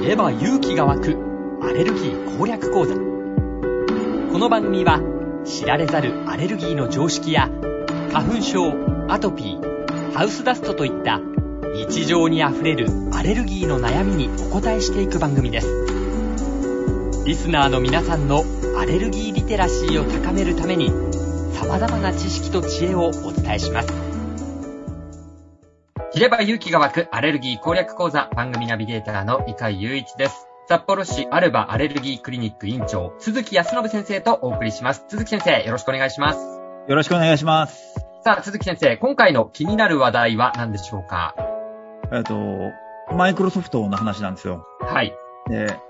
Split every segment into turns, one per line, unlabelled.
知れば勇気が湧くアレルギー攻略講座この番組は知られざるアレルギーの常識や花粉症アトピーハウスダストといった日常にあふれるアレルギーの悩みにお答えしていく番組ですリスナーの皆さんのアレルギーリテラシーを高めるために様々な知識と知恵をお伝えします知れば勇気が湧くアレルギー攻略講座番組ナビゲーターの伊海雄一です。札幌市アルバアレルギークリニック院長、鈴木康信先生とお送りします。鈴木先生、よろしくお願いします。
よろしくお願いします。
さあ、鈴木先生、今回の気になる話題は何でしょうか
えっと、マイクロソフトの話なんですよ。
はい。
で、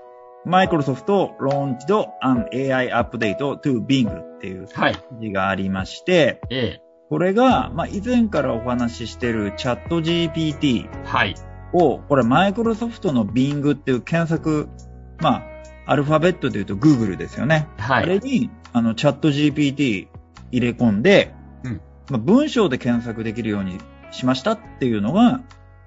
マイクロソフトローンチド an AI アップデート to Bing っていう
はい。
字がありまして、
え
これが、まあ、以前からお話ししてるチャット GPT
え。はい。
を、これマイクロソフトの Bing っていう検索、まあ、アルファベットで言うと Google ですよね。
は
あ
い。
れに、あの、チャット GPT 入れ込んで、
うん
まあ、文章で検索できるようにしましたっていうのが、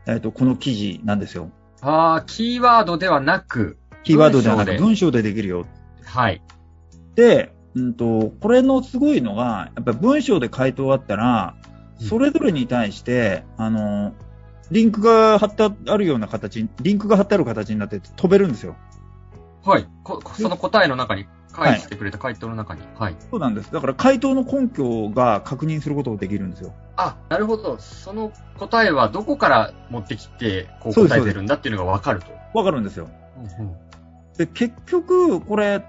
えっ、と、この記事なんですよ。
ああ、キーワードではなく、
キーワードではなく
文章で
文章でできるよ
はい。
で、うんと、これのすごいのが、やっぱり文章で回答あったら、
うん
それぞれに対して、あの、リンクが貼ってあるような形に、リンクが貼ってある形になって飛べるんですよ。
はい。こその答えの中に、返してくれた回答の中に。はい。
そうなんです。だから回答の根拠が確認することができるんですよ。
あ、なるほど。その答えはどこから持ってきて、こう
そうです
答えてるんだっていうのがわかると。
わかるんですよ。
うんうん
で、結局、これ、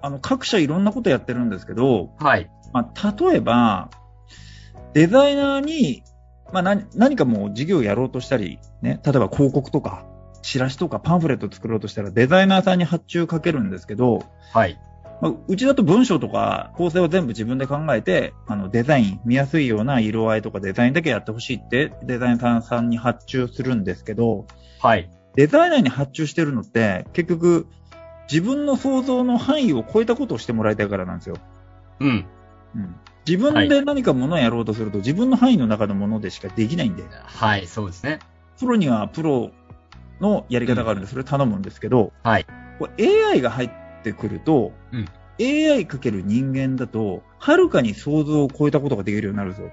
あの、各社いろんなことやってるんですけど、
はい。
まあ、例えば、デザイナーに、まあ、何何かもう事業をやろうとしたり、ね、例えば広告とか、チラシとかパンフレット作ろうとしたら、デザイナーさんに発注かけるんですけど、
はい。
まあ、うちだと文章とか構成は全部自分で考えて、あの、デザイン、見やすいような色合いとかデザインだけやってほしいって、デザイナーさんに発注するんですけど、
はい。
デザイナーに発注してるのって、結局、自分の想像の範囲を超えたことをしてもらいたいからなんですよ。
うん。
うん、自分で何かものをやろうとすると、自分の範囲の中のものでしかできないんで、
はい、そうですね。
プロにはプロのやり方があるんで、それ頼むんですけど、
はい
これ AI が入ってくると、
うん
AI かける人間だと、はるかに想像を超えたことができるようになるんですよ。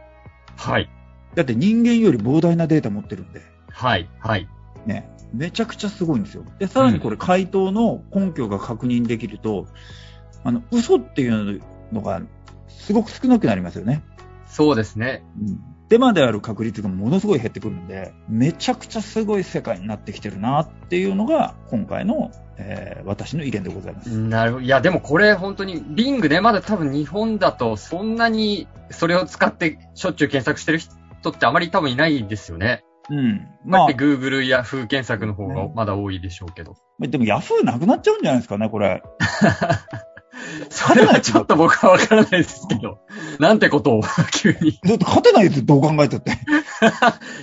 はい。
だって人間より膨大なデータ持ってるんで。
はい。はい。
ね、めちゃくちゃすごいんですよ。で、さらにこれ、回答の根拠が確認できると、あの、嘘っていうのが、すごく少なくなりますよね。
そうですね。
うん。デマである確率がものすごい減ってくるんで、めちゃくちゃすごい世界になってきてるなっていうのが、今回の、えー私の意見でございます。
なるほど。いや、でもこれ本当に、ビングね、まだ多分日本だとそんなにそれを使ってしょっちゅう検索してる人ってあまり多分いないですよね。
うん。
ま
ま
あ、
あ、
Google や Yahoo 検索の方がまだ多いでしょうけど。
でも Yahoo なくなっちゃうんじゃないですかね、これ。
それはちょっと僕はわからないですけど。なんてことを、 急に。
だって勝てないですよ、どう考えたって。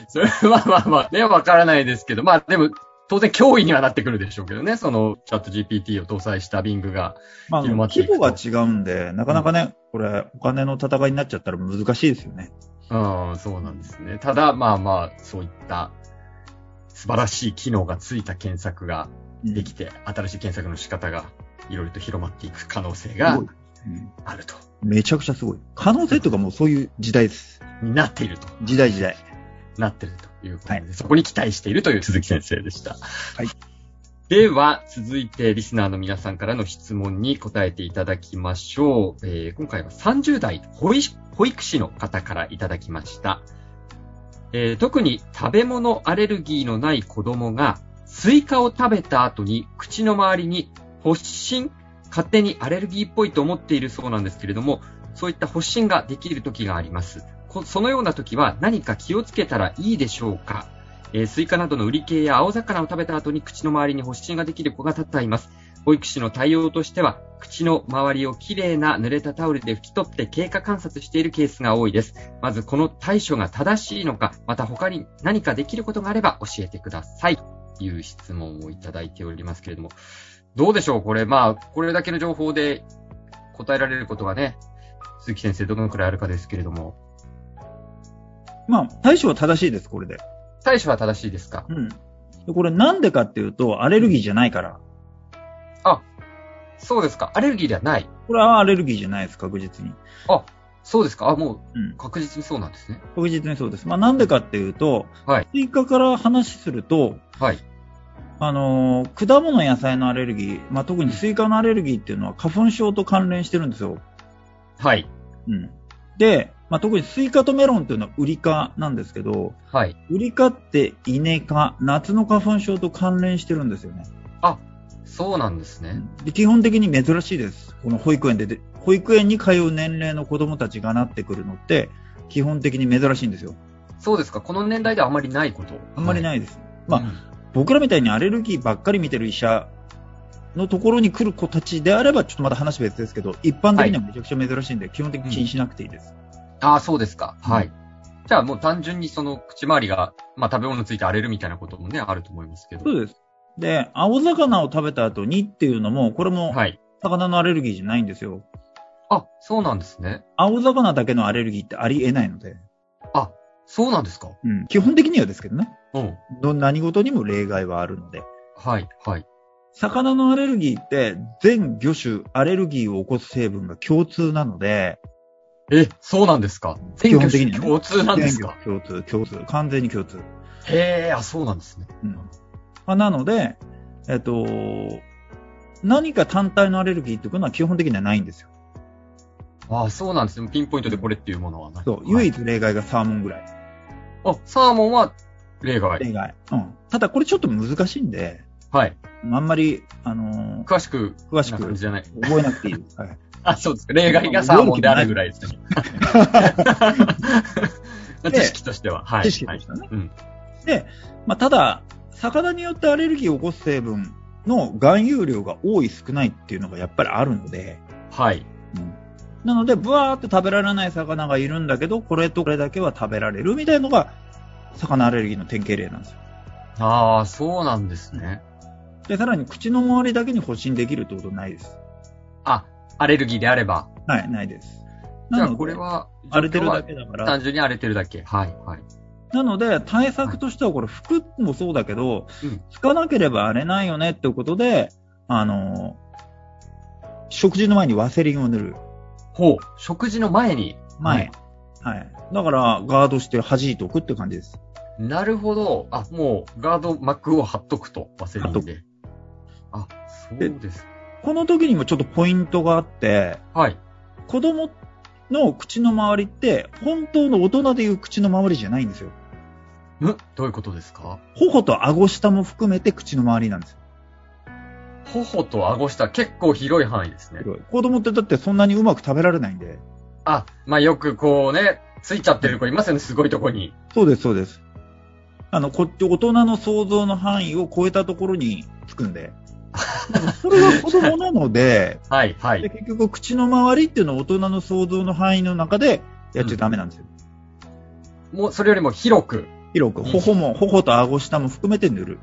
それは まあまあ、ね、わからないですけど、まあでも、当然脅威にはなってくるでしょうけどね、そのチャット GPT を搭載した Bing が。
まあ、
広まってい
規
くと
模が違うんで、なかなかね、これ、お金の戦いになっちゃったら難しいですよね。
うん、そうなんですね。ただ、まあまあ、そういった素晴らしい機能がついた検索ができて、新しい検索の仕方がいろいろと広まっていく可能性
す
が
ごいうん
あると、
めちゃくちゃすごい。可能性とかもうそういう時代です。
になっていると、
時代時代。
なっているということで、
は
そこに期待しているという鈴木先生でした。
い
では、続いてリスナーの皆さんからの質問に答えていただきましょう。えー今回は30代保育保育士の方からいただきました、えー特に食べ物アレルギーのない子供がスイカを食べた後に口の周りに発疹、勝手にアレルギーっぽいと思っているそうなんですけれども、そういった発疹ができる時があります。こそのような時は何か気をつけたらいいでしょうかえースイカなどの売り系や青魚を食べた後に口の周りに発疹ができる子が多々います。保育士の対応としては、口の周りをきれいな濡れたタオルで拭き取って経過観察しているケースが多いです。まずこの対処が正しいのか、また他に何かできることがあれば教えてください。という質問をいただいておりますけれども、どうでしょうこれ、まあ、これだけの情報で答えられることがね、鈴木先生どのくらいあるかですけれども、
まあ、対処は正しいです、これで。
対処は正しいですか
うん。でこれなんでかっていうと、アレルギーじゃないから。
そうですか。アレルギーではない。
これはアレルギーじゃないです、確実に。
そうですか。あ、も
うん
う、確実にそうなんですね。
確実にそうです。まあなんでかっていうと、
はい
追加から話すると、
はい。
あのー果物野菜のアレルギー、まあ、特にスイカのアレルギーっていうのは花粉症と関連してるんですよ。
はい。
うん、で、まあ、特にスイカとメロンっていうのはウリ科なんですけど、
はい。
ウリ科ってイネ科、夏の花粉症と関連してるんですよね。
そうなんですね。
で基本的に珍しいです。この保育園でで、保育園に通う年齢の子供たちがなってくるのって、基本的に珍しいんですよ。
そうですか。この年代ではあまりないこと。
あんまり
い。
ないです。ま
ま
あ僕らみたいにアレルギーばっかり見てる医者のところに来る子たちであれば、ちょっとまた話別ですけど、一般的にはめちゃくちゃ珍しいんで、基本的に気にしなくていいです。
あ、あそうですか。
うん
はい。じゃあもう単純にその口周りが、まあ食べ物について荒れるみたいなこともね、あると思いますけど。
そうです。で、青魚を食べた後にっていうのも、これも
はい。
魚のアレルギーじゃないんですよ。
あ、そうなんですね。
青魚だけのアレルギーってありえないので、
そうなんですか。
うん、基本的にはですけどね、
うん。
ど何事にも例外はあるので。
はい。はい。
魚のアレルギーって全魚種アレルギーを起こす成分が共通なので、
え、そうなんですか。
基本的にね
共通なんですか。
全魚種共通、共通、完全に共通。
へえ、あ、そうなんですね。
うんまあ、なので、えっと、何か単体のアレルギーっていうのは基本的にはないんですよ。
あ、そうなんですね。ピンポイントでこれっていうものはない。
そう、
はい
唯一例外がサーモンぐらい。
あ、サーモンは例外。
例外。うん。ただこれちょっと難しいんで、
はい。
あんまり、あのー
詳しく、
詳し
な
く
感じじゃない。
覚えなくていいです。はい。
あ、そうですか。例外がサーモンであるぐらいですね。
で
知識としては。はい。
知識としてはね
はいうん。
まあ、ただ、魚によってアレルギーを起こす成分の含有量が多い少ないっていうのがやっぱりあるので、
はい。
うんなので、ブワーって食べられない魚がいるんだけど、これとこれだけは食べられるみたいのが、魚アレルギーの典型例なんですよ。
ああ、そうなんですね。
で、さらに口の周りだけに保診できるってことないです。
あ、アレルギーであれば。
はい、ないです。
じ
な
ゃあ
ので、
これは、
荒れてるだ
け。
けだから。
単純に荒れてるだけ。はい、はい。
なので、対策としては、これ、服もそうだけど、
うん
つかなければ荒れないよねっていうことで、あの、食事の前にワセリンを塗る。
ほう。食事の前に。
前。はい。だから、ガードして弾いておくって感じです。
なるほど。あ、もう、ガード膜を貼っとくと。忘れ
貼っと
て
く
で。あ、そうです。
この時にもちょっとポイントがあって、
はい。
子供の口の周りって、本当の大人でいう口の周りじゃないんですよ。
んどういうことですか
頬と顎下も含めて口の周りなんですよ。
頬と顎下、結構広い範囲ですね。
子供ってだってそんなにうまく食べられないんで。
あ、まあ、よくこうね、ついちゃってる子いますよね、すごいとこに。
そうです、そうです。あの、こっち、大人の想像の範囲を超えたところにつくん で。それは子供なので、
はい、は
で
い。
結局、口の周りっていうのは大人の想像の範囲の中でやっちゃダメなんですよ。
もう、それよりも広く。
広く、頬も、頬と顎下も含めて塗る。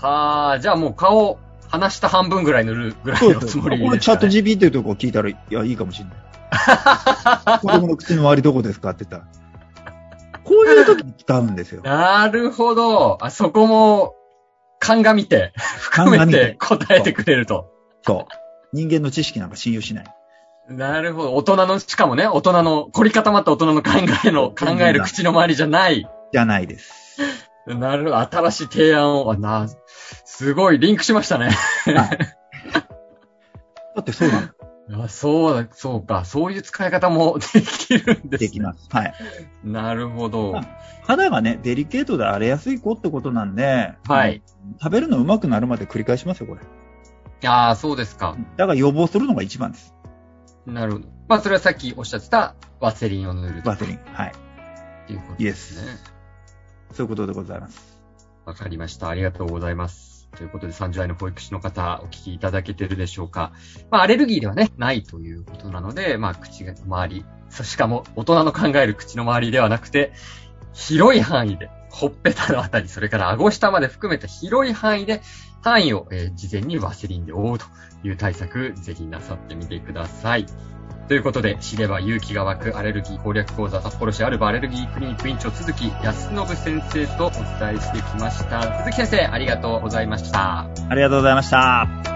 はあ、じゃあもう顔、離した半分ぐらい塗るぐらいのつも
こ
りですか、ね。
れチャット GPT とか聞いたら、いや、いいかもしれない。 子供の口の周りどこですかって言ったら。こういう時に使うん ですよ。
なるほど。あそこも、鑑みて、含め
鑑みて
て答えてくれると。
そう。人間の知識なんか信用しない。
なるほど。大人の、しかもね、大人の、凝り固まった大人の考えの、考える口の周りじゃない。
じゃないです。
なるほど。新しい提案を、あな、すごい、リンクしましたね。
だってそうなんです
あそうだ、そうか。そういう使い方も できるんです、ね。
できます。はい。
なるほど
あ。肌がね、デリケートで荒れやすい子ってことなんで、
はい。
食べるのうまくなるまで繰り返しますよ、これ。
ああ、そうですか。
だから予防するのが一番です。
なるほど。まあ、それはさっきおっしゃってた、ワセリンを塗ると
バセリン。はい。
っていうことですね。
そういうことでございます。
わかりました。ありがとうございます。ということで、30代の保育士の方、お聞きいただけてるでしょうか。まあ、アレルギーではね、ないということなので、まあ、口の周り、そうしかも、大人の考える口の周りではなくて、広い範囲で、ほっぺたのあたり、それから顎下まで含めた広い範囲で、範囲を、えー事前にワセリンで覆うという対策、ぜひなさってみてください。ということで、知れば勇気が湧くアレルギー攻略講座札幌市アルバアレルギークリニック院長鈴木康信先生とお伝えしてきました。鈴木先生、ありがとうございました。
ありがとうございました。